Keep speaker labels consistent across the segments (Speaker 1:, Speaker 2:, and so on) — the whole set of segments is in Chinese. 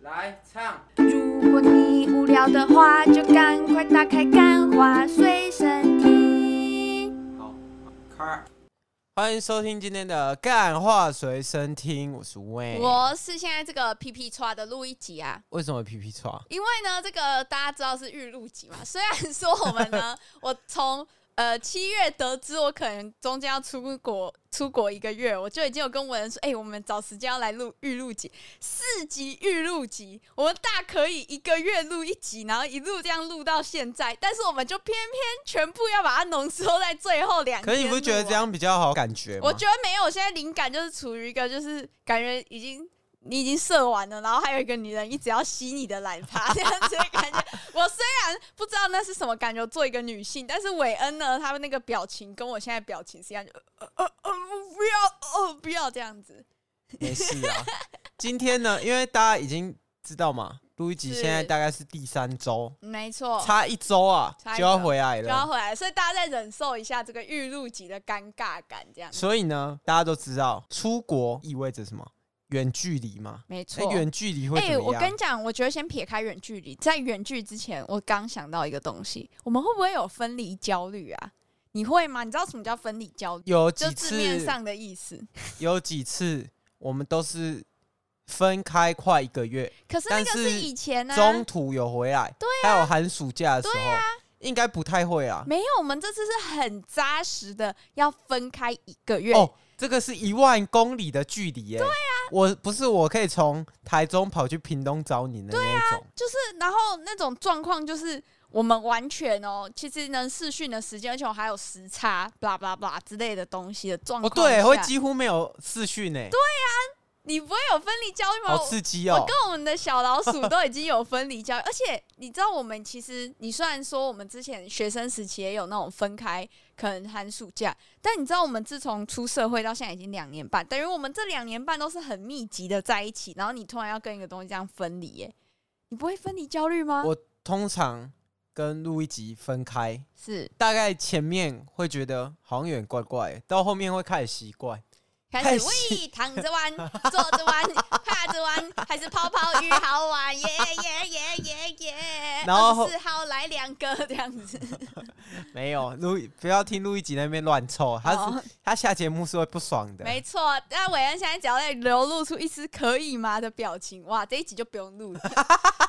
Speaker 1: 来唱，
Speaker 2: 如果你无聊的话，就赶快打开《干花随身听》。
Speaker 1: 好，开。
Speaker 3: 欢迎收听今天的干话随身听，我是 Wayne。
Speaker 4: 我是现在这个 PP 刷的录一集啊，
Speaker 3: 为什么 P P 错？
Speaker 4: 因为呢，这个大家知道是预录集嘛。 虽然说我们 呢，我从呃七月得知我可能中间要出国，出国一个月，我就已经有跟文人说，哎、我们找时间要来录预录集，四集预录集，我们大可以一个月录一集，然后一路这样录到现在。但是我们就偏偏全部要把它浓缩在最后两天、
Speaker 3: 可是你不觉得这？样比较好感觉吗？
Speaker 4: 啊我觉得没有，我现在灵感就是处于一个就是感觉已经你已经射完了，然后还有一个女人一直要吸你的懒趴 这样子的感觉。我虽然不知道那是什么感觉，我做一个女性，但是韦恩呢，他们那个表情跟我现在表情是一样，就呃呃呃不要呃不要这样子。
Speaker 3: 没事啊。今天呢，因为大家已经知道嘛，录一集
Speaker 4: 是
Speaker 3: 现在大概是第三周，
Speaker 4: 没错，
Speaker 3: 差一周啊
Speaker 4: 差一
Speaker 3: 就
Speaker 4: 周
Speaker 3: 要回来
Speaker 4: 就要
Speaker 3: 了。
Speaker 4: 回来，所以大家再忍受一下这个预录集的尴尬感，这样子。
Speaker 3: 所以呢，大家都知道出国意味着什么，远距离嘛。
Speaker 4: 没错
Speaker 3: 那，哎远距离会
Speaker 4: 哎、
Speaker 3: 怎么
Speaker 4: 我
Speaker 3: 样？
Speaker 4: 跟你讲，我觉得先撇开远距离，在远距之前，我刚想到一个东西，我们会不会有分离焦虑啊？你会吗？你知道什么叫分离焦虑？
Speaker 3: 有
Speaker 4: 就
Speaker 3: 几
Speaker 4: 字面
Speaker 3: 次，
Speaker 4: 上的意思。
Speaker 3: 有几次我们都是分开快一个月，
Speaker 4: 可是那个
Speaker 3: 但是
Speaker 4: 是以前啊呢、啊
Speaker 3: 中途有回来，对、还有寒暑假的时候，应该不太会啊。
Speaker 4: 没有，我们这次是很扎实的，要分开一个月。
Speaker 3: 哦，这个是一万公里的距离耶、对啊，我不是我可以从台中跑去屏东找你
Speaker 4: 啊
Speaker 3: 的那一种。
Speaker 4: 就是，然后那种状况就是我们完全哦，其实能视讯的时间，而且我还有时差，blah blah blah 之类的东西的状
Speaker 3: 哦，
Speaker 4: 况下。
Speaker 3: 对，会几乎没有视讯呢、
Speaker 4: 你不会有分离焦虑吗？
Speaker 3: 好刺激
Speaker 4: 我
Speaker 3: 哦、
Speaker 4: 跟我们的小老鼠都已经有分离焦虑，而且你知道，我们其实你虽然说我们之前学生时期也有那种分开，可能寒暑假，但你知道，我们自从出社会到现在已经两年半，等于我们这两年半都是很密集的在一起，然后你突然要跟一个东西这样分离，耶，你不会分离焦虑吗？
Speaker 3: 我通常跟录一集分开，
Speaker 4: 是
Speaker 3: 大概前面会觉得好像有点怪怪、到后面会开始习惯。
Speaker 4: 开始
Speaker 3: 太细
Speaker 4: 喂，躺着玩，坐着玩，趴着玩，还是泡泡浴好玩，耶耶耶耶耶！
Speaker 3: 然后
Speaker 4: 四号来两个这样子，
Speaker 3: 没有录，不要听录一集那边乱凑，他是、
Speaker 4: 哦
Speaker 3: 他下节目是会不爽的。
Speaker 4: 没错，但韦恩现在只要在流露出一丝可以吗的表情，哇，这一集就不用 录了，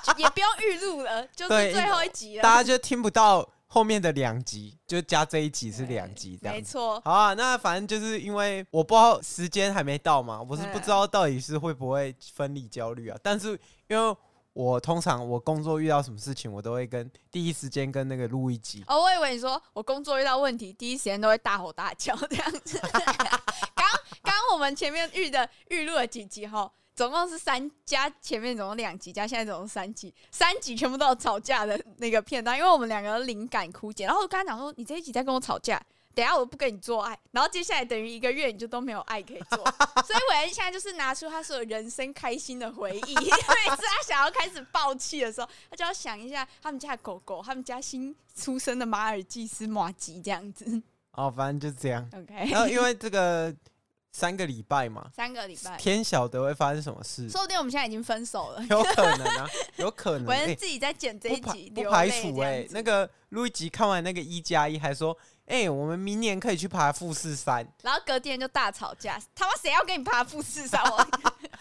Speaker 4: 就也不用预录了，就是
Speaker 3: 对
Speaker 4: 最后一集了。
Speaker 3: 大家就听不到后面的两 集，就加这一集是两集这
Speaker 4: 没
Speaker 3: 样子。
Speaker 4: 错，
Speaker 3: 好啊，那反正就是因为我不知道时间还没到嘛，我是不知道到底是会不会分离焦
Speaker 4: 嗯
Speaker 3: 虑啊。但是因为我通常我工作遇到什么事情，我都会跟第一时间跟那个录一集。
Speaker 4: 哦，我以为你说我工作遇到问题，第一时间都会大吼大叫这样子。 刚刚我们前面预的预录了几集哈，总共是三加前面总共两集加现在总共三集，三集全部都有吵架的那个片段，因为我们两个灵感枯竭。然后我刚才讲说，你这一集在跟我吵架。等一下我不跟你做爱，然后接下来等于一个月你就都没有爱可以做，所以伟恩现在就是拿出他所有人生开心的回忆， 每次他想要开始爆气的时候，他就要想一下他们家的狗狗，他们家新出生的马尔济斯马吉这样子。。
Speaker 3: 哦，反正就是这样
Speaker 4: OK，
Speaker 3: 然后因为这个三个礼拜嘛，
Speaker 4: 三个礼拜，
Speaker 3: 天晓得会发生什么事，
Speaker 4: 说不定我们现在已经分手了。
Speaker 3: 有可能啊，有可能。
Speaker 4: 我
Speaker 3: 哎
Speaker 4: 恩自己在剪这
Speaker 3: 不
Speaker 4: 一
Speaker 3: 排
Speaker 4: 集，
Speaker 3: 不
Speaker 4: 流
Speaker 3: 排
Speaker 4: 泪
Speaker 3: 除
Speaker 4: 这
Speaker 3: 哎、
Speaker 4: 样子
Speaker 3: 那个路易吉看完那个一加一，还说：“哎、我们明年可以去爬富士山。
Speaker 4: 然后隔天就大吵架，他妈谁要跟你爬富 士山，我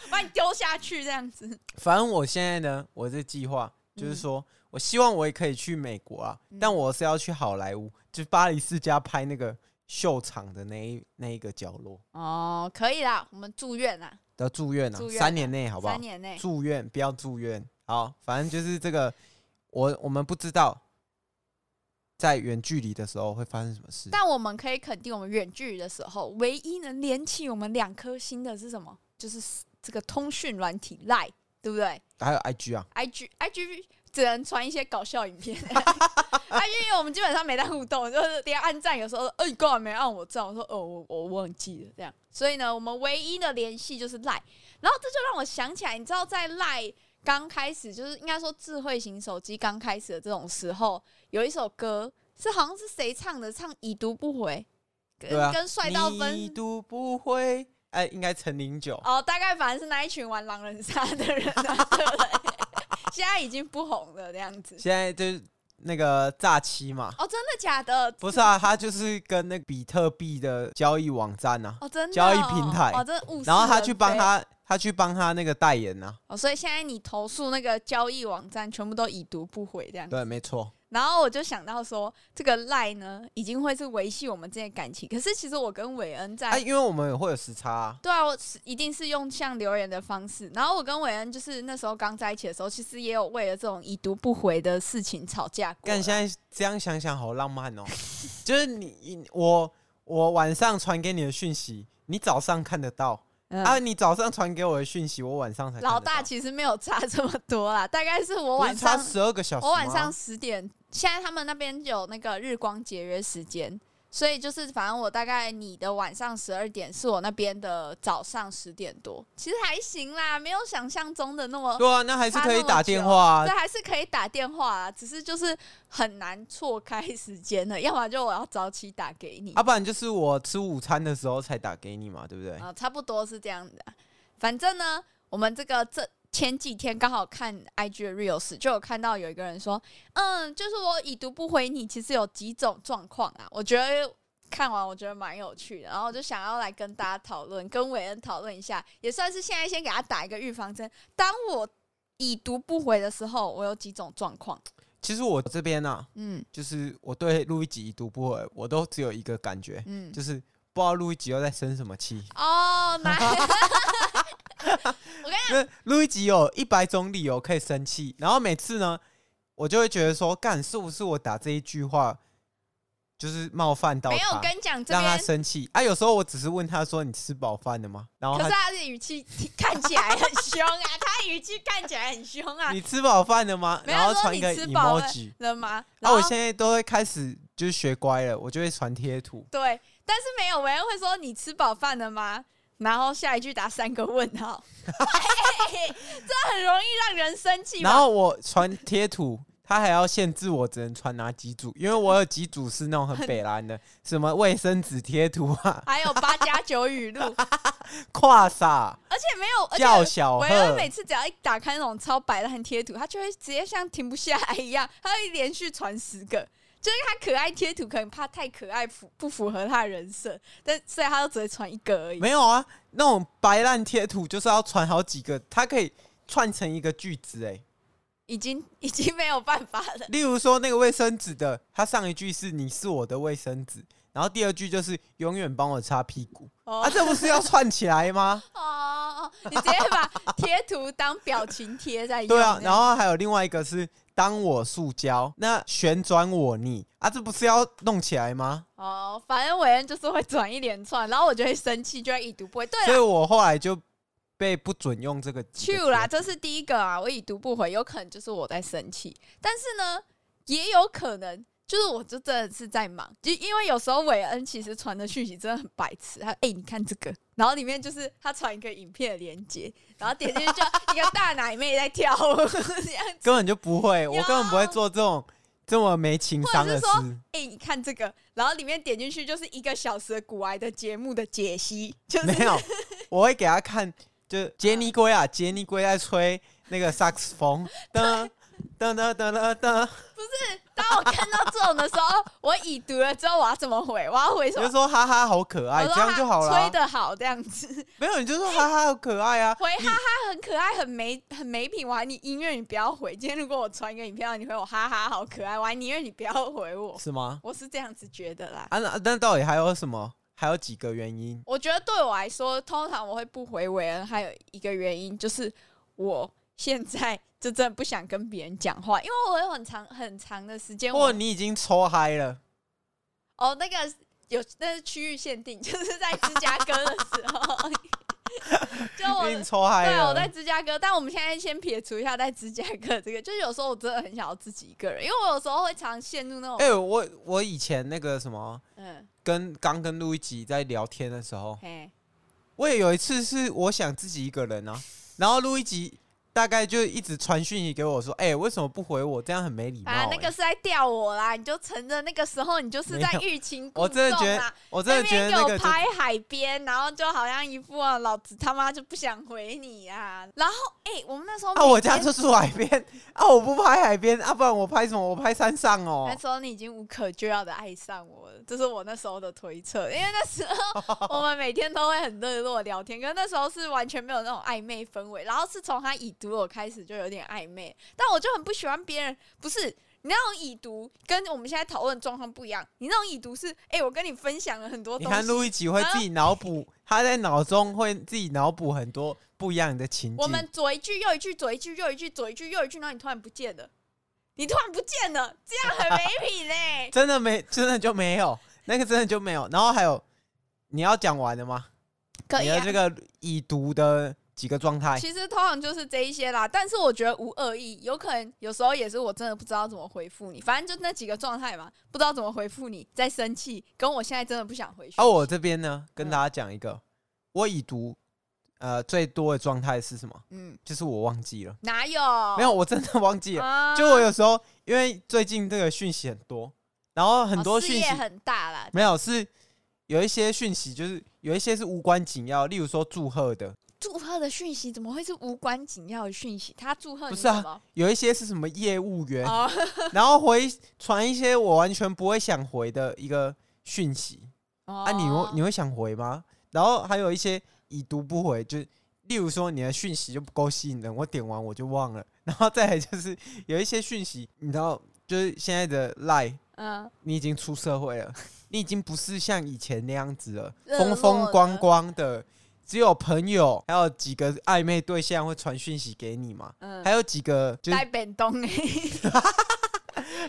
Speaker 4: 把你丢下去这样子。”
Speaker 3: 反正我现在呢，我这计划
Speaker 4: 嗯
Speaker 3: 就是说、我希望我也可以去美国啊，但我是要去好莱坞，就是巴黎世家拍那个秀场的那一那一个角落
Speaker 4: 哦，可以啦，我们住院啦，
Speaker 3: 的住院啊，
Speaker 4: 住院
Speaker 3: 三年内好不好
Speaker 4: 三？年内
Speaker 3: 住院不要住院，好，反正就是这个，我我们不知道在远距离的时候会发生什么事，
Speaker 4: 但我们可以肯定，我们远距离的时候，唯一能连起我们两颗心的是什么？就是这个通讯软体 Line，对不对
Speaker 3: 还有 IG 啊，
Speaker 4: ？IG IG 只能传一些搞笑影 片。IG 因为我们基本上没在互动，就是连按赞有时候，哎、你干嘛没按我赞？我说，哦，我我忘记了这样。所以呢，我们唯一的联系就是 Line。然后这就让我想起来，你知道在 Line 刚开始，就是应该说智慧型手机刚开始的这种时候，有一首歌是好像是谁唱的，唱《已读不回》跟，
Speaker 3: 对啊
Speaker 4: 跟帅到
Speaker 3: 你
Speaker 4: 分哦
Speaker 3: 都不会，哎，应该陈零九，
Speaker 4: 哦，大概反正是那一群玩狼人杀的人、啊，对不对？已经不红了这样子。
Speaker 3: 现在就是那个诈欺嘛，
Speaker 4: 哦，真的假的？
Speaker 3: 不是啊，他就是跟那个比特币的交易网站啊，
Speaker 4: 哦，真的
Speaker 3: 交易
Speaker 4: 哦
Speaker 3: 平台
Speaker 4: 哦，真的物。
Speaker 3: 然后他去帮，他，他去帮他那个代言啊呐、
Speaker 4: 哦，所以现在你投诉那个交易网站，全部都已读不回这样
Speaker 3: 啊，
Speaker 4: 子。
Speaker 3: 对，没错，
Speaker 4: 然后我就想到说，这个赖呢，已经会是维系我们之间的感情。可是其实我跟韦恩在，
Speaker 3: 啊，因为我们也会有时差、啊，
Speaker 4: 对啊，我是一定是用像留言的方式。然后我跟韦恩就是那时候刚在一起的时候，其实也有为了这种已读不回的事情吵架过啦。
Speaker 3: 但现在这样想想好浪漫 哦，就是你你我我晚上传给你的讯息，你早上看得到、
Speaker 4: 嗯
Speaker 3: 啊，你早上传给我的讯息，我晚上才看得到
Speaker 4: 老大其实没有差这么多啦，大概是我
Speaker 3: 不
Speaker 4: 晚
Speaker 3: 是差
Speaker 4: 上
Speaker 3: 十二个小时吗，
Speaker 4: 我晚上十点，现在他们那边有那个日光节约时间，所以就是反正我大概你的晚上十二点是我那边的早上十点多，其实还行啦，没有想象中的那么。
Speaker 3: 对啊，那还是可以打电话
Speaker 4: 对，
Speaker 3: 啊，
Speaker 4: 还是可以打电话啊，只是就是很难错开时间的，要么就我要早起打给你
Speaker 3: 啊，不然就是我吃午餐的时候才打给你嘛，对不对？
Speaker 4: 啊，差不多是这样的。反正呢，我们这个这前几天刚好看 IG 的 Reels，就有看到有一个人说，嗯，就是我已读不回你，其实有几种状况啊，我觉得。看完我觉得蛮有趣的，然后我就想要来跟大家讨论，跟韦恩讨论一下，也算是现在先给他打一个预防针。当我已读不回的时候，我有几种状况，
Speaker 3: 其实我这边啊，
Speaker 4: 嗯
Speaker 3: 就是我对录一集已读不回，我都只有一个感觉，
Speaker 4: 嗯，
Speaker 3: 就是不知道录一集又在生什么气。
Speaker 4: 哦，那
Speaker 3: 就是录一集有一百种理由可以生气，然后每次呢，我就会觉得说，干是不是我打这一句话就是冒犯到
Speaker 4: 没有
Speaker 3: 他，
Speaker 4: 跟你讲这
Speaker 3: 让他
Speaker 4: 边
Speaker 3: 生气啊？有时候我只是问他说你吃饱饭了吗？然后
Speaker 4: 可
Speaker 3: 哦他
Speaker 4: 是他的语气看起来很凶啊， 他语气看起来很凶啊，
Speaker 3: 你吃饱饭了吗？
Speaker 4: 没有
Speaker 3: 然后
Speaker 4: 说
Speaker 3: 传
Speaker 4: 你
Speaker 3: 一个
Speaker 4: 吃饱了
Speaker 3: emoji。
Speaker 4: 了吗？
Speaker 3: 那、
Speaker 4: 然后
Speaker 3: 我现在都会开始就是学乖了，我就会传贴图。
Speaker 4: 对，但是没有人会说你吃饱饭了吗？然后下一句打三个问号， 这很容易让人生气吧。
Speaker 3: 然后我传贴图，他还要限制我只能传哪几组，因为我有几组是那种很北蓝的，什么卫生纸贴图啊、
Speaker 4: 还有八加九语录，而
Speaker 3: 跨撒、
Speaker 4: 且没有，而且
Speaker 3: 叫小
Speaker 4: 维恩
Speaker 3: 贺，
Speaker 4: 每次只要一打开那种超白烂贴图，他就会直接像停不下来一样，他会连续传十个。就是他可爱贴图，可能怕太可爱符不符合他的人设，但所以他就只会传一个而已。
Speaker 3: 没有啊，那种白烂贴图就是要传好几个，它可以串成一个句子、欸。
Speaker 4: 已经已经没有办法 了。
Speaker 3: 例如说那个卫生纸的，它上一句是“你是我的卫生纸”，然后第二句就是“永远帮我擦屁股”，
Speaker 4: 哦
Speaker 3: 啊，这不是要串起来吗？
Speaker 4: 哦，你直接把贴图当表情贴在用。
Speaker 3: 对啊，
Speaker 4: 这
Speaker 3: 然
Speaker 4: 样
Speaker 3: 后还有另外一个是“当我塑胶”，那旋转我逆啊，这不是要弄起来吗？
Speaker 4: 哦，反正韦恩就是会转一连串，然后我就会生气，就会已读不回。对
Speaker 3: 所以
Speaker 4: 了。
Speaker 3: 我后来就被不准用这个
Speaker 4: 去
Speaker 3: 这个
Speaker 4: 啦，
Speaker 3: 贴
Speaker 4: 这是第一个啊，我已读不回，有可能就是我在生气，但是呢，也有可能就是我就真的是在忙，就因为有时候韦恩其实传的讯息真的很白痴，他哎、欸你看这个，然后里面就是他传一个影片的链接，然后点进去就一个大奶妹在跳舞这样子，
Speaker 3: 根本就不会，我根本不会做这种这么没情商的
Speaker 4: 或者
Speaker 3: 事
Speaker 4: 是。哎、你看这个，然后里面点进去就是一个小时的古癌的节目的解析，就是
Speaker 3: 没 有，我会给他看，就是杰尼龟啊，杰尼龟在吹那个萨克斯 风，噔噔噔噔噔噔，
Speaker 4: 当我看到这种的时候，我已读了之后我要怎么回？我要回什
Speaker 3: 你就
Speaker 4: 么？
Speaker 3: 说哈哈好可爱，
Speaker 4: 我说
Speaker 3: 这样就好
Speaker 4: 他吹
Speaker 3: 了。啊
Speaker 4: 的好这样子，
Speaker 3: 没有，你就说哈哈好可爱啊。
Speaker 4: 回哈哈很可爱，很没很没品。我还你音乐你不要回。今天如果我传一个影片让你回我哈哈好可爱，我还宁愿你不要回 我。
Speaker 3: 是吗？
Speaker 4: 我是这样子觉得啦。
Speaker 3: 啊，那那到底还有什么？还有几个原因？
Speaker 4: 我觉得对我来说，通常我会不回韦恩，还有一个原因就是我现在就真的不想跟别人讲话，因为我有很长很长的时间我
Speaker 3: 或你已经抽嗨了，
Speaker 4: 哦，那个有那是区域限定，就是在芝加哥的时候， 就我
Speaker 3: 已经抽嗨
Speaker 4: 对，啊我
Speaker 3: 了。
Speaker 4: 在芝加哥，但我们现在先撇除一下在芝加哥这个，就是有时候我真的很想要自己一个人，因为我有时候会常陷入那种，
Speaker 3: 哎、我我以前那个什么，
Speaker 4: 嗯，
Speaker 3: 跟刚跟路易吉在聊天的时候，
Speaker 4: 嘿，
Speaker 3: 我也有一次是我想自己一个人啊，然后录一集，大概就一直传讯息给我说，哎、为什么不回我？这样很没礼貌、
Speaker 4: 啊，
Speaker 3: 哎
Speaker 4: 那个是在吊我啦！你就承认那个时候你就是在
Speaker 3: 没有
Speaker 4: 欲擒故
Speaker 3: 我真的觉
Speaker 4: 纵
Speaker 3: 得
Speaker 4: 啦。，
Speaker 3: 我真的觉得
Speaker 4: 那
Speaker 3: 那个
Speaker 4: 边给我拍海边，然后就好像一副啊，老子他妈就不想回你啊。然后哎、我们那时候
Speaker 3: 啊，我
Speaker 4: 每
Speaker 3: 家
Speaker 4: 天
Speaker 3: 就住海边啊，我不拍海边啊，不然我拍什么？我拍山上哦
Speaker 4: 那。时候你已经无可救药的爱上我了，这是我那时候的推测。因为那时候我们每天都会很热络聊天，可是那时候是完全没有那种暧昧氛围。然后是从他已读我开始就有点暧昧，但我就很不喜欢别人，不是。你那种已读跟我们现在讨论的状况不一样，你那种已读是，哎、我跟你分享了很多
Speaker 3: 你
Speaker 4: 东
Speaker 3: 看
Speaker 4: 西，啊
Speaker 3: 录一集会自己脑补，他在脑中会自己脑补很多不一样的情
Speaker 4: 我
Speaker 3: 境。
Speaker 4: 们左一句右一句，左一句右一句，左一句右一句，然后你突然不见了，你突然不见了，这样很没品欸嘞、
Speaker 3: 真的没，真的就没有，那个真的就没有。然后还有，你要讲完了吗？
Speaker 4: 可
Speaker 3: 你
Speaker 4: 以、
Speaker 3: 的
Speaker 4: 啊，
Speaker 3: 这个已读的几个状态，
Speaker 4: 其实通常就是这一些啦，但是我觉得无恶意，有可能有时候也是我真的不知道怎么回复你，反正就那几个状态嘛，不知道怎么回复你，在生气，跟我现在真的不想回去。
Speaker 3: 而、啊我这边呢，跟
Speaker 4: 嗯
Speaker 3: 大家讲一个，我已读，呃，最多的状态是什么？
Speaker 4: 嗯，
Speaker 3: 就是我忘记了，
Speaker 4: 哪有？
Speaker 3: 没有，我真的忘记了。
Speaker 4: 哦啊，
Speaker 3: 就我有时候，因为最近这个讯息很多，然后很多
Speaker 4: 哦事
Speaker 3: 讯
Speaker 4: 业
Speaker 3: 息、
Speaker 4: 很大啦，
Speaker 3: 没有是有一些讯息，就是有一些是无关紧要，例如说祝贺的，
Speaker 4: 祝贺的讯息怎么会是无关紧要的讯息？他祝贺你
Speaker 3: 不是啊
Speaker 4: 什么？
Speaker 3: 有一些是什么业务员，
Speaker 4: 哦，
Speaker 3: 然后回传一些我完全不会想回的一个讯息，
Speaker 4: 哦
Speaker 3: 啊，你会你
Speaker 4: 会
Speaker 3: 会想回吗？然后还有一些已读不回，就是例如说你的讯息就不够吸引人，我点完我就忘了。 然后再来就是有一些讯息，你知道，就是现在的 Line，
Speaker 4: 嗯，
Speaker 3: 你已经出社会了， 你已经不是像以前那样子了，
Speaker 4: 热
Speaker 3: 风风
Speaker 4: 络
Speaker 3: 光
Speaker 4: 了
Speaker 3: 光的，只有朋友，还有几个暧昧对象会传讯息给你嘛，
Speaker 4: 嗯
Speaker 3: 还有几个就是
Speaker 4: 带本东哎，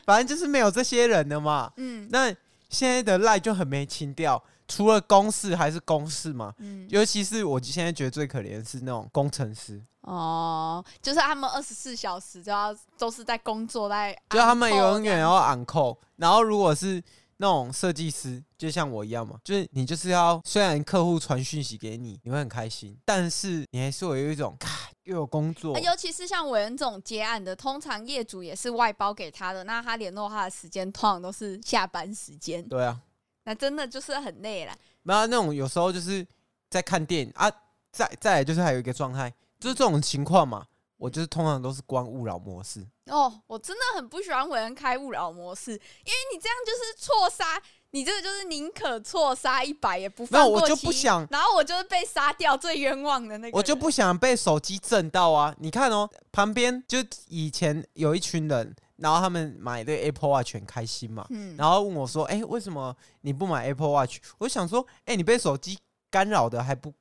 Speaker 3: 反正就是没有这些人了嘛。
Speaker 4: 嗯
Speaker 3: 那现在的赖就很没情调，除了公事还是公事嘛。
Speaker 4: 嗯，
Speaker 3: 尤其是我现在觉得最可怜的是那种工程师，
Speaker 4: 哦，就是他们二十四小时都要都是在工作，在
Speaker 3: 就他们
Speaker 4: on call
Speaker 3: 永远要 on call。然后如果是那种设计师，就像我一样嘛，就是你就是要虽然客户传讯息给你，你会很开心，但是你还是会有一种，嘎又有工作
Speaker 4: 啊，尤其是像伟恩这种接案的，通常业主也是外包给他的，那他联络他的时间通常都是下班时间，
Speaker 3: 对啊，
Speaker 4: 那真的就是很累了。
Speaker 3: 然后那种有时候就是在看电影啊，再再来就是还有一个状态，就是这种情况嘛，我就是通常都是关勿扰模式。
Speaker 4: 哦，我真的很不喜欢伟恩开勿扰模式，因为你这样就是错杀，你这个就是宁可错杀一百也不
Speaker 3: 没有
Speaker 4: 放
Speaker 3: 我
Speaker 4: 过
Speaker 3: 就不
Speaker 4: 其一
Speaker 3: 想
Speaker 4: 然后我就是被杀掉最冤枉的那个，
Speaker 3: 我就，不想被手机震到啊！你看哦，旁边就以前有一群人，然后他们买这个 Apple Watch 很开心嘛，
Speaker 4: 嗯，
Speaker 3: 然后问我说：“哎、为什么你不买 Apple Watch？” 我想说：“哎、你被手机干扰的还不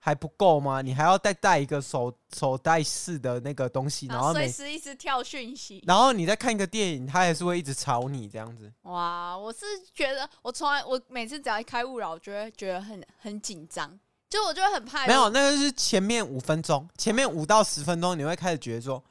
Speaker 3: 还不够吗？你还要再带一个手手带式的那个东西，然后
Speaker 4: 随
Speaker 3: 每
Speaker 4: 时一直跳讯息，
Speaker 3: 然后你再看一个电影，它还是会一直吵你这样子。
Speaker 4: 哇，我是觉得我从来我每次只要一开勿扰，我就会觉得很很紧张，就哎我就会很怕
Speaker 3: 没有，那个是前面五分钟，前面五到十分钟你会开始觉得说，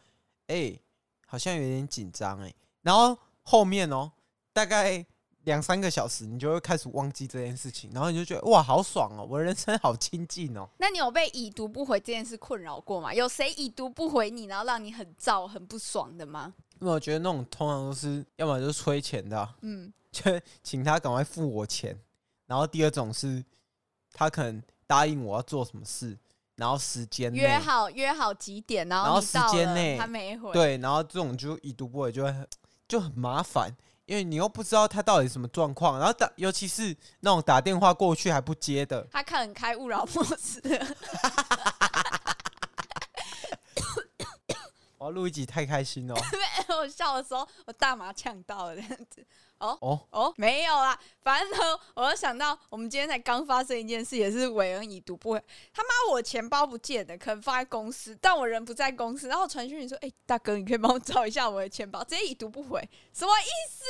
Speaker 3: 哎、好像有点紧张哎，然后后面哦，大概两三个小时，你就会开始忘记这件事情，然后你就觉得哇，好爽哦，我的人生好亲近哦。
Speaker 4: 那你有被已读不回这件事困扰过吗？有谁已读不回你，然后让你很燥、很不爽的吗？
Speaker 3: 因为我觉得那种通常都是，要么就是催钱的啊、
Speaker 4: 嗯，
Speaker 3: 就请他赶快付我钱。然后第二种是，他可能答应我要做什么事，然后时间内
Speaker 4: 约好约好几点，然
Speaker 3: 然后
Speaker 4: 后你到
Speaker 3: 时间内
Speaker 4: 了他没回，
Speaker 3: 对，然后这种就已读不回就会很就很麻烦，因为你又不知道他到底什么状况，然后打尤其是那种打电话过去还不接的，
Speaker 4: 他看很开勿扰模式，
Speaker 3: 我要录一集太开心 了哦
Speaker 4: 我笑的时候我大麻呛到了这 样子。
Speaker 3: 哦，
Speaker 4: 哦，没有啦，反正呢，我又想到我们今天才刚发生一件事，也是韦恩已读不回。他妈，我钱包不见了，可能放在公司，但我人不在公司，然后传讯你说，哎、大哥，你可以帮我找一下我的钱包，直接已读不回，什么意思？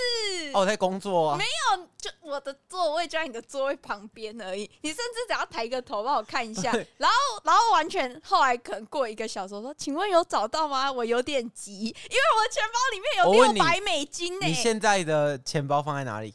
Speaker 3: 哦，我在工作啊，
Speaker 4: 哦，就我的座位就在你的座位旁边而已，你甚至只要抬个头帮我 看一下
Speaker 3: 对，
Speaker 4: 然后然后完全后来可能过一个小时，我说，请问有找到吗？我有点急，因为我的钱包里面
Speaker 3: 我
Speaker 4: 有
Speaker 3: 问
Speaker 4: 六
Speaker 3: 你
Speaker 4: 百美金呢、
Speaker 3: 你现在的钱包放在哪里？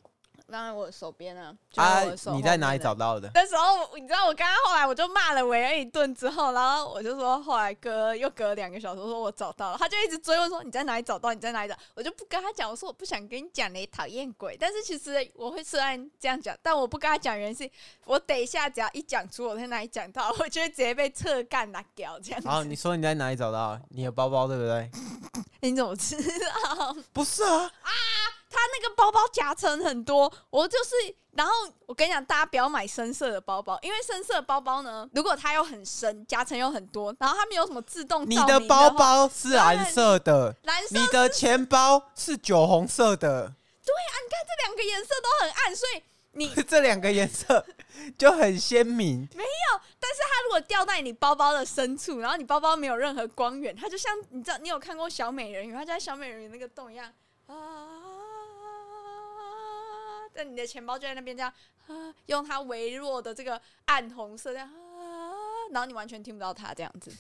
Speaker 4: 当然我的手边啊，就
Speaker 3: 啊
Speaker 4: 在我的，手
Speaker 3: 你在哪里
Speaker 4: 后面啊
Speaker 3: 找到 的？
Speaker 4: 那时候你知道，我刚刚后来我就骂了维恩一顿之后，然后我就说，后来隔又隔了两个小时，我说我找到了，他就一直追问说你在哪里找到，你在哪里找，我就不跟他讲，我说我不想跟你讲嘞，讨厌鬼。但是其实我会虽然这样讲，但我不跟他讲原因是，我等一下只要一讲出我在哪里讲到，我就会直接被侧干拿掉这样子。
Speaker 3: 好，你说你在哪里找到你的包包，对不对？
Speaker 4: 你怎么知道？
Speaker 3: 不是 啊，
Speaker 4: 他那个包包夹层很多，我就是，然后我跟你讲，大家不要买深色的包包，因为深色的包包呢，如果它又很深，夹层又很多，然后它没有什么自动
Speaker 3: 你
Speaker 4: 照
Speaker 3: 的
Speaker 4: 明
Speaker 3: 包
Speaker 4: 话，
Speaker 3: 包是蓝色的，
Speaker 4: 蓝色
Speaker 3: 你的钱包是酒红色的，
Speaker 4: 啊这两个颜色都很暗，所以你
Speaker 3: 这两个颜色 就很鲜明。
Speaker 4: 它如果掉在你包包的深处，然后你包包没有任何光源，它就像你知道，你有看过小美人鱼，它就像小美人鱼那个洞一样啊。但你的钱包就在那边这样啊，用它微弱的这个暗红色这样啊，然后你完全听不到它这样子。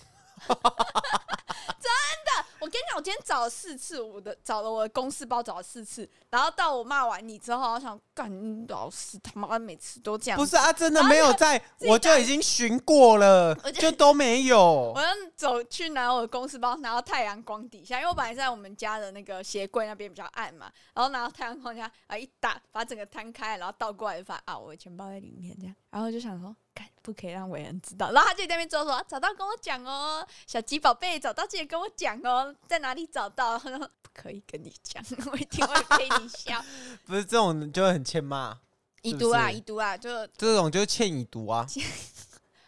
Speaker 4: 真 的，我跟你讲，我今天找了四次，我的找了我的公事包找了四次，然后到我骂完你之后，我想干你老师他妈每次都这样
Speaker 3: 不
Speaker 4: 子
Speaker 3: 是啊，真的
Speaker 4: 然后
Speaker 3: 没有在，
Speaker 4: 自己
Speaker 3: 我就已经寻过了
Speaker 4: 我，就
Speaker 3: 就都没有
Speaker 4: 我。要走去拿我的公司包，拿到太阳光底下，因为我本来在我们家的那个鞋柜那边比较暗嘛，然后拿到太阳光底下啊一打，把整个摊开，然后倒过来就发现啊我的钱包在里面这样，然后就想说，干不可以让伟人知道，然后他就在那边说说找到跟我讲哦，小鸡宝贝找到记得跟我讲哦，在哪里找到？ 他说不可以跟你讲， 我一定会被你笑。
Speaker 3: 不 是这种就很欠骂，
Speaker 4: 已读啦，
Speaker 3: 是不是
Speaker 4: 已读啦，就
Speaker 3: 这种就欠已读啊。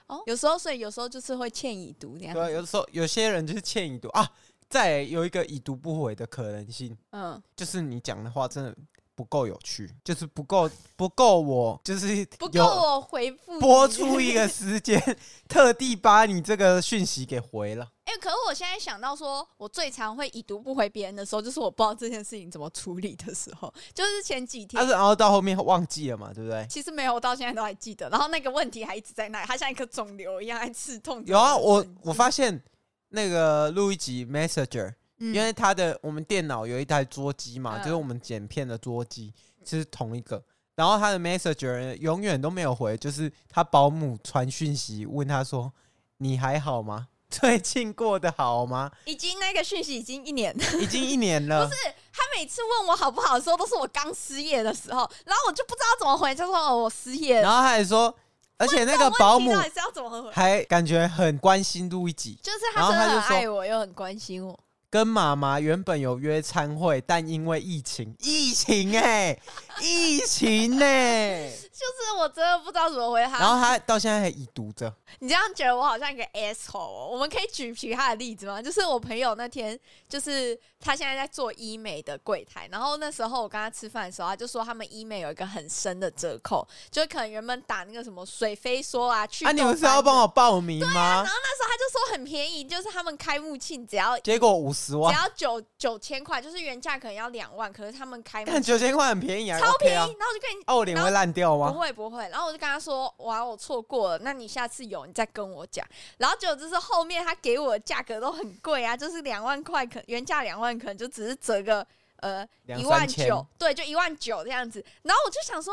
Speaker 4: 哦，有时候所以有时候就是会欠已读这样
Speaker 3: 对啊，
Speaker 4: 子，
Speaker 3: 有时候有些人就是欠已读啊。再来有一个已读不回的可能性，
Speaker 4: 嗯，
Speaker 3: 就是你讲的话真的不够有趣，就是不够不够我就是
Speaker 4: 不够
Speaker 3: 有
Speaker 4: 我回复你
Speaker 3: 播出一个时间， 特地把你这个讯息给回了。
Speaker 4: 哎、可是我现在想到说，我最常会已读不回别人的时候，就是我不知道这件事情怎么处理的时候，就是前几天。
Speaker 3: 但啊是然后到后面忘记了嘛，对不对？
Speaker 4: 其实没有，我到现在都还记得。然后那个问题还一直在那里，它像一颗肿瘤一样在刺痛着
Speaker 3: 有啊，
Speaker 4: 我
Speaker 3: 我
Speaker 4: 的神经
Speaker 3: 我发现那个录一集 Messenger，、因
Speaker 4: 嗯
Speaker 3: 为它的我们电脑有一台桌机嘛，
Speaker 4: 嗯
Speaker 3: 就是我们剪片的桌机，是同一个。然后他的 Messenger 永远都没有回，就是他保姆传讯息问他说：“你还好吗？ 最近过得好吗？
Speaker 4: 已经那个讯息已经一年了。
Speaker 3: 已经一年了。”
Speaker 4: 不是，他每次问我好不好的时候，都是我刚失业的时候，然后我就不知道怎么回，就说哦我失业
Speaker 3: 然
Speaker 4: 了。
Speaker 3: 后他还说，而且那个
Speaker 4: 这种问题
Speaker 3: 保姆
Speaker 4: 到底是要怎么回？
Speaker 3: 还感觉很关心路易吉，
Speaker 4: 就是
Speaker 3: 然
Speaker 4: 他
Speaker 3: 后
Speaker 4: 真
Speaker 3: 他
Speaker 4: 的
Speaker 3: 就
Speaker 4: 很
Speaker 3: 说
Speaker 4: 爱我，又很关心我。
Speaker 3: 跟妈妈原本有约餐会，但因为疫情，疫情哎、疫情呢、
Speaker 4: 就是我真的不知道怎么回他。
Speaker 3: 然后他到现在还已读着，
Speaker 4: 你这样觉得我好像一个 asshole，、哦、我们可以举其他的例子吗？就是我朋友那天，就是他现在在做医美的柜台，然后那时候我跟他吃饭的时候，他就说他们医美有一个很深的折扣，就是可能原本打那个什么水飞梭啊，去
Speaker 3: 啊，你不是要帮
Speaker 4: 我？
Speaker 3: 我报名
Speaker 4: 啊
Speaker 3: 吗？
Speaker 4: 那时候他就说很便宜，就是他们开幕庆只要只
Speaker 3: 结果五十万，
Speaker 4: 要九九千块，就是原价可能要两万，可是他们开幕
Speaker 3: 看
Speaker 4: 庆
Speaker 3: 九千块很便宜啊，
Speaker 4: 超
Speaker 3: OK
Speaker 4: 便宜，
Speaker 3: 啊
Speaker 4: 然，后我就跟你
Speaker 3: 啊，我脸会烂掉
Speaker 4: 不
Speaker 3: 吗？
Speaker 4: 会不会，然后我就跟他说，哇，我错过了，那你下次有你再跟我讲。然后结果就是后面他给我的价格都很贵啊，就是两万块，可原价两万，可能就只是折个呃
Speaker 3: 两
Speaker 4: 一万
Speaker 3: 三千
Speaker 4: 九，对，就一万九这样子。然后我就想说。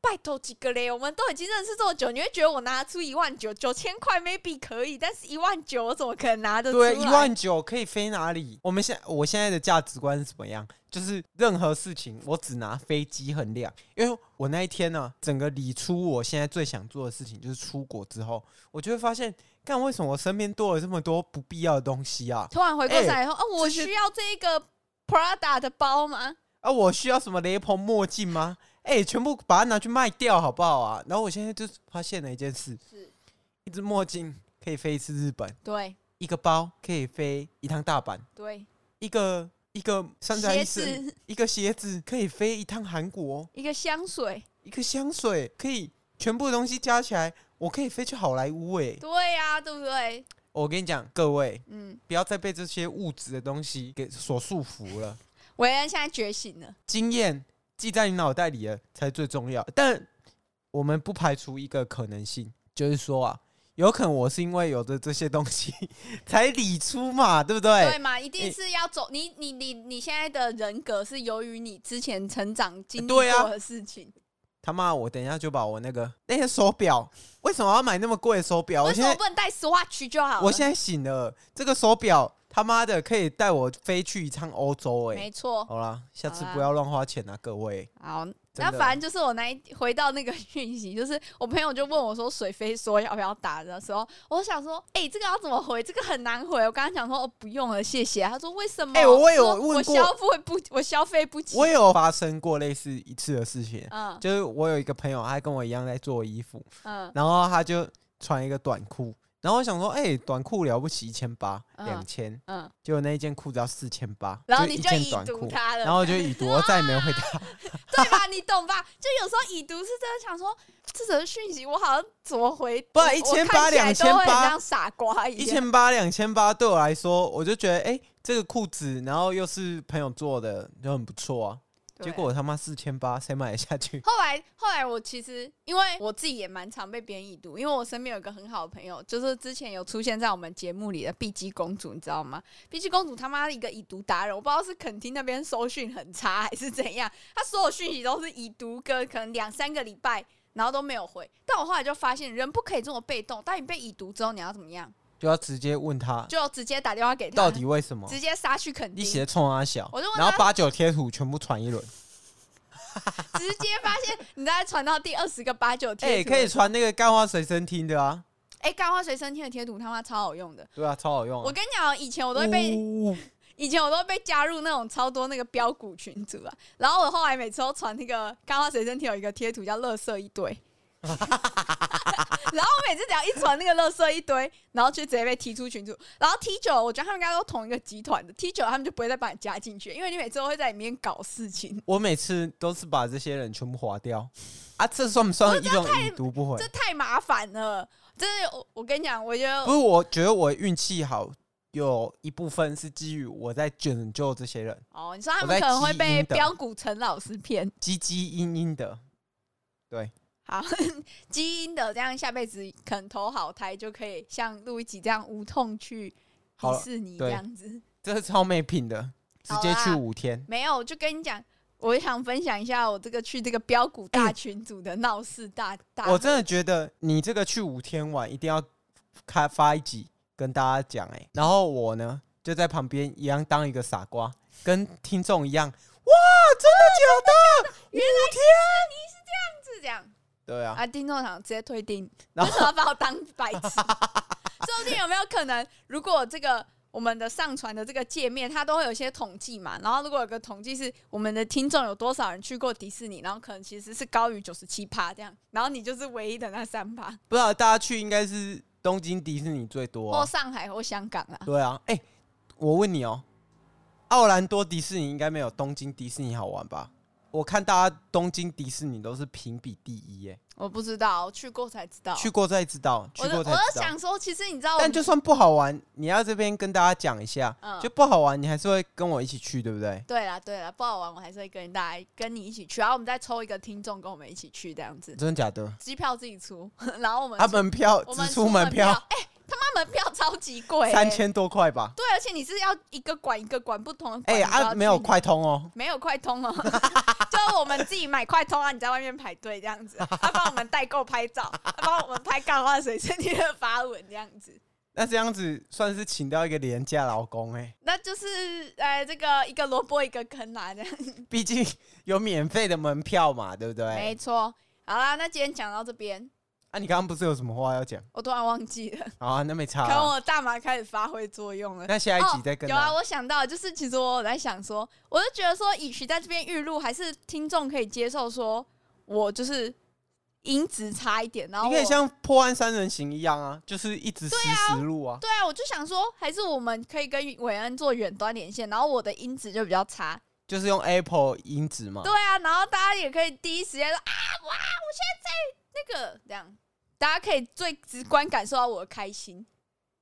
Speaker 4: 拜托几个嘞，我们都已经认识这么久，你会觉得我拿出一万九九千块 maybe 可以，但是一万九我怎么可能啊拿得出来？
Speaker 3: 对，一万九可以飞哪里？我们现我现在的价值观是怎么样？就是任何事情我只拿飞机衡量，因为我那一天呢、整个理出我现在最想做的事情就是出国之后，我就会发现，干为什么我身边多了这么多不必要的东西啊？
Speaker 4: 突然回过
Speaker 3: 哎
Speaker 4: 神来以后，哦，我
Speaker 3: 这些
Speaker 4: 需要这个 Prada 的包吗？
Speaker 3: 啊，我需要什么雷朋墨镜吗？哎、全部把它拿去卖掉好不好啊？然后我现在就发现了一件事，
Speaker 4: 是
Speaker 3: 一只墨镜可以飞一次日本，
Speaker 4: 对
Speaker 3: 一个包可以飞一趟大阪，
Speaker 4: 对，
Speaker 3: 一个一个三宅一
Speaker 4: 鞋
Speaker 3: 生
Speaker 4: 子
Speaker 3: 一个鞋子可以飞一趟韩国，
Speaker 4: 一个香水，
Speaker 3: 一个香水可以全部东西加起来，我可以飞去好莱坞诶、
Speaker 4: 对呀、对不对？
Speaker 3: 我跟你讲，各位
Speaker 4: 嗯，
Speaker 3: 不要再被这些物质的东西给所束缚了，
Speaker 4: 韦恩现在觉醒了，
Speaker 3: 经验记在你脑袋里了才最重要。但我们不排除一个可能性，就是说啊，有可能我是因为有着这些东西才理出嘛，对不对？
Speaker 4: 对嘛？一
Speaker 3: 哎
Speaker 4: 定是要走，你你你你现在的人格是由于你之前成长经历
Speaker 3: 对啊
Speaker 4: 过的事情，
Speaker 3: 他妈我等一下就把我那个那些手表，为什么要买那么贵的手表？我
Speaker 4: 为什
Speaker 3: 现
Speaker 4: 么
Speaker 3: 在
Speaker 4: 不能戴 Swatch 就好了？
Speaker 3: 我现在醒了，这个手表他妈的可以带我飞去一趟欧洲哎、
Speaker 4: 没错。
Speaker 3: 好啦，下次
Speaker 4: 好啦
Speaker 3: 不要乱花钱啊，各位。
Speaker 4: 好，
Speaker 3: 真
Speaker 4: 那
Speaker 3: 的
Speaker 4: 反正就是我那一回到那个讯息， 就是我朋友就问我说水飞说要不要打的时候，我想说，哎、这个要怎么回？这个很难回。我刚刚讲说哦不用了，谢谢。他说为什么？
Speaker 3: 哎我有
Speaker 4: 说
Speaker 3: 问
Speaker 4: 我
Speaker 3: 过
Speaker 4: 消费不，我消费不起。
Speaker 3: 我也有发生过类似一次的事情，
Speaker 4: 嗯
Speaker 3: 就是我有一个朋友，他跟我一样在做衣服，
Speaker 4: 嗯
Speaker 3: 然后他就穿一个短裤，然后我想说，哎、短裤了不起，一千八、
Speaker 4: 嗯
Speaker 3: 两千，
Speaker 4: 嗯，
Speaker 3: 结果那一件裤子要四千八，
Speaker 4: 然后
Speaker 3: 是
Speaker 4: 你
Speaker 3: 一
Speaker 4: 就
Speaker 3: 件
Speaker 4: 已
Speaker 3: 短
Speaker 4: 读
Speaker 3: 裤，
Speaker 4: 他了，
Speaker 3: 然后我就已读，我再也没有回 他。
Speaker 4: 对吧？你懂吧？就有时候已读是真的想说，这则讯息我好像怎么回？
Speaker 3: 不
Speaker 4: 我
Speaker 3: 然
Speaker 4: 我
Speaker 3: 1800
Speaker 4: 看起来都会很
Speaker 3: 2800
Speaker 4: 像傻瓜
Speaker 3: 一
Speaker 4: 一样。
Speaker 3: 千八、两千八对我来说，我就觉得，哎、这个裤子，然后又是朋友做的，就很不错啊。
Speaker 4: 对
Speaker 3: 结果我他妈四千八，谁买得下去？
Speaker 4: 后来，后来我其实因为我自己也蛮常被别人已读，因为我身边有一个很好的朋友，就是之前有出现在我们节目里的碧姬公主，你知道吗？碧姬公主他妈的一个已读达人，我不知道是垦丁那边收讯很差还是怎样，她所有讯息都是已读个可能两三个礼拜，然后都没有回。但我后来就发现，人不可以这么被动，当你被已读之后，你要怎么样？
Speaker 3: 就要直接问他，
Speaker 4: 就直接打电话给他，
Speaker 3: 啊到底为什么？
Speaker 4: 直接杀去垦
Speaker 3: 一
Speaker 4: 丁，
Speaker 3: 起冲他小
Speaker 4: 我就问，他
Speaker 3: 然后八九贴图全部传一轮。
Speaker 4: 直接发现你大概传到第二十个八九
Speaker 3: 哎、
Speaker 4: 贴图了，
Speaker 3: 可以传那个干花随身听的啊，
Speaker 4: 哎，干花随身听的贴图他妈超好用的。
Speaker 3: 对啊，超好用、啊。
Speaker 4: 我跟你讲哦，以前我都会被、
Speaker 3: 呜
Speaker 4: 以前我都会被加入那种超多那个标股群组啊，然后我后来每次都传那个干花随身听有一个贴图叫“乐色一 堆”，然后我每次只要一传那个“乐色一堆”，然后就直接被踢出群组。然后 T 九，我觉得他们应该都同一个集团的 T 九，他们就不会再把你加进去，因为你每次都会在里面搞事情，
Speaker 3: 我每次都是把这些人全部划掉啊，这算不算一种已读不回
Speaker 4: 这？太麻烦了。真的，我我跟你讲，我觉得
Speaker 3: 不是，我觉得我运气好，有一部分是基于我在拯救这些人，
Speaker 4: 哦，你说他
Speaker 3: 我在
Speaker 4: 们可能会
Speaker 3: 基
Speaker 4: 被
Speaker 3: 因的
Speaker 4: 标股陈老师骗。
Speaker 3: 唧唧嘤嘤的。
Speaker 4: 好， 基因的，这样下辈子可能投好胎就可以像录一集这样无痛去
Speaker 3: 好
Speaker 4: 迪
Speaker 3: 了
Speaker 4: 士尼这
Speaker 3: 对
Speaker 4: 样子。
Speaker 3: 这是超没品的，直接去五天。
Speaker 4: 没有，我就跟你讲，我想分享一下我这个去这个标股大群组的闹事大、大会。
Speaker 3: 我真的觉得你这个去五天玩一定要开发一集跟大家讲哎、然后我呢就在旁边一样当一个傻瓜，跟听众一样，哇， 真的假的？
Speaker 4: 原来是你是这样子这样
Speaker 3: 对啊，
Speaker 4: 啊！听众想直接退订，为
Speaker 3: 然
Speaker 4: 什么要把我当白痴？ 说不定有没有可能，如果这个。我们的上传的这个界面，它都会有一些统计嘛。然后如果有个统计是我们的听众有多少人去过迪士尼，然后可能其实是高于九十七趴这样，然后你就是唯一的那三趴，
Speaker 3: 不知道大家去应该是东京迪士尼最多、
Speaker 4: 或
Speaker 3: 啊。
Speaker 4: 上海或香港哦啊。
Speaker 3: 对啊，哎、我问你哦、奥兰多迪士尼应该没有东京迪士尼好玩吧？我看大家东京迪士尼都是评比第一、欸，
Speaker 4: 我不知道，我去过才知道。
Speaker 3: 去过再知道，去
Speaker 4: 哦我就
Speaker 3: 过
Speaker 4: 我
Speaker 3: 才知
Speaker 4: 就
Speaker 3: 道。
Speaker 4: 想说，其实你知道我们，
Speaker 3: 但就算不好玩，你要这边跟大家讲一下，
Speaker 4: 嗯
Speaker 3: 就不好玩，你还是会跟我一起去，对不对？
Speaker 4: 对啦对啦，不好玩我还是会跟大家跟你一起去，然后我们再抽一个听众跟我们一起去这样子，
Speaker 3: 真的假的？
Speaker 4: 机票自己出， 然后我们
Speaker 3: 啊，门票
Speaker 4: 我
Speaker 3: 只
Speaker 4: 们
Speaker 3: 出门
Speaker 4: 门
Speaker 3: 票，
Speaker 4: 哎、他妈门票超级 贵、
Speaker 3: 三。千多块吧？
Speaker 4: 对，而且你是要一个馆一个馆不同的馆
Speaker 3: 哎、
Speaker 4: 你都要
Speaker 3: 啊，
Speaker 4: 去
Speaker 3: 没有快通哦，
Speaker 4: 没有快通哦， 就是我们自己买快通啊，你在外面排队这样子，他帮我们代购拍照，他帮我们拍干花水身体的发文这样子。
Speaker 3: 那这样子算是请到一个廉价劳工哎、
Speaker 4: 那就是呃，这个一个萝卜一个坑啦，这样
Speaker 3: 毕竟有免费的门票嘛，对不对
Speaker 4: 没？错。好啦，那今天讲到这边，
Speaker 3: 啊，你刚刚不是有什么话要 讲？
Speaker 4: 我突然忘记了，
Speaker 3: 好啊，那没差
Speaker 4: 可
Speaker 3: 啊、
Speaker 4: 能我大麻开始发挥作用了。
Speaker 3: 那下一集再跟
Speaker 4: 有
Speaker 3: 大
Speaker 4: 啊，
Speaker 3: 家、
Speaker 4: 我想到就是，其实我在想说，我就觉得说，与其在这边预录，还是听众可以接受说，我就是音质差一点，然后
Speaker 3: 你可以
Speaker 4: 我
Speaker 3: 像破案三人行一样啊，就是一直实时录啊。
Speaker 4: 对啊，我就想说，还是我们可以跟韦恩做远端连线，然后我的音质就比较差。
Speaker 3: 就是用 Apple 音质嘛
Speaker 4: 对。啊，然后大家也可以第一时间说啊哇，我现在在那个这样，大家可以最直观感受到我的开心。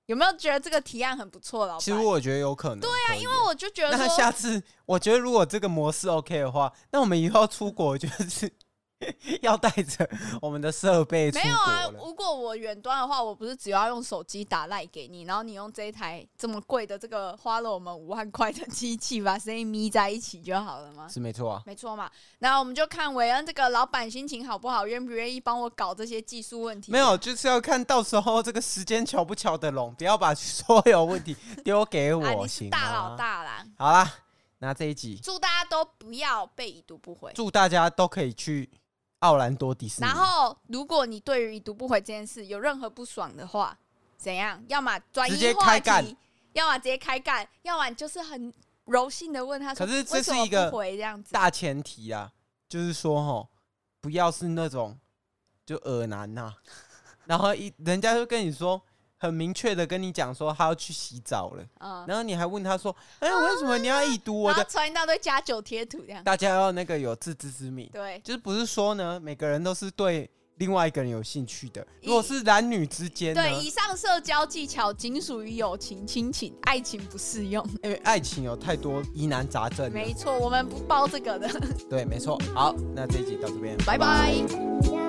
Speaker 4: 有没有觉得这个提案很不错，老板？
Speaker 3: 其实我觉得有可能。对啊，因为
Speaker 4: 那我就觉得
Speaker 3: 那
Speaker 4: 说，
Speaker 3: 下次我觉得如果这个模式 OK 的话，那我们以后出国就是 要带着我们的设备出
Speaker 4: 没有啊
Speaker 3: 国，了。
Speaker 4: 如果我远端的话，我不是只要用手机打赖给你，然后你用这一台这么贵的这个花了我们五万块的机器把声音咪在一起就好了吗？
Speaker 3: 是没错啊，
Speaker 4: 没错嘛，那我们就看韦恩这个老板心情好不好，愿不愿意帮我搞这些技术问题。啊
Speaker 3: 没有，就是要看到时候这个时间瞧不瞧得 拢，不要把所有问题丢给
Speaker 4: 啊，
Speaker 3: 我，
Speaker 4: 你
Speaker 3: 行吗？
Speaker 4: 是大老大啦，
Speaker 3: 好啦，那这一集
Speaker 4: 祝大家都不要被已读不回。
Speaker 3: 祝大家都可以去奥兰多迪士尼
Speaker 4: 然，后，如果你对于已读不回这件事有任何不爽的话，怎样？要么转
Speaker 3: 直
Speaker 4: 移
Speaker 3: 接
Speaker 4: 话
Speaker 3: 开干
Speaker 4: 题，要么直接开干，要么就是很柔性的问他说，
Speaker 3: 可是这
Speaker 4: 为什
Speaker 3: 是
Speaker 4: 么
Speaker 3: 一个
Speaker 4: 不回这样子。
Speaker 3: 大前提啊，就是说哈，不要是那种就耳男呐、 然后一人家就跟你说很明确的跟你讲说他要去洗澡了，
Speaker 4: 嗯，
Speaker 3: 然后你还问他说，哎、为什么你要已读我
Speaker 4: 然后
Speaker 3: 的？
Speaker 4: 传一大堆假酒贴图这样。
Speaker 3: 大家要那个有自知之明，
Speaker 4: 对，
Speaker 3: 就是不是说呢，每个人都是对另外一个人有兴趣的。
Speaker 4: 一
Speaker 3: 如果是男女之间呢，
Speaker 4: 对，以上社交技巧仅属于友情、亲情、爱情不适用。
Speaker 3: 因为爱情有太多疑难杂症了。
Speaker 4: 没错，我们不包这个的。
Speaker 3: 对，没错。好，那这一集到这边，
Speaker 4: 拜拜。
Speaker 2: 呀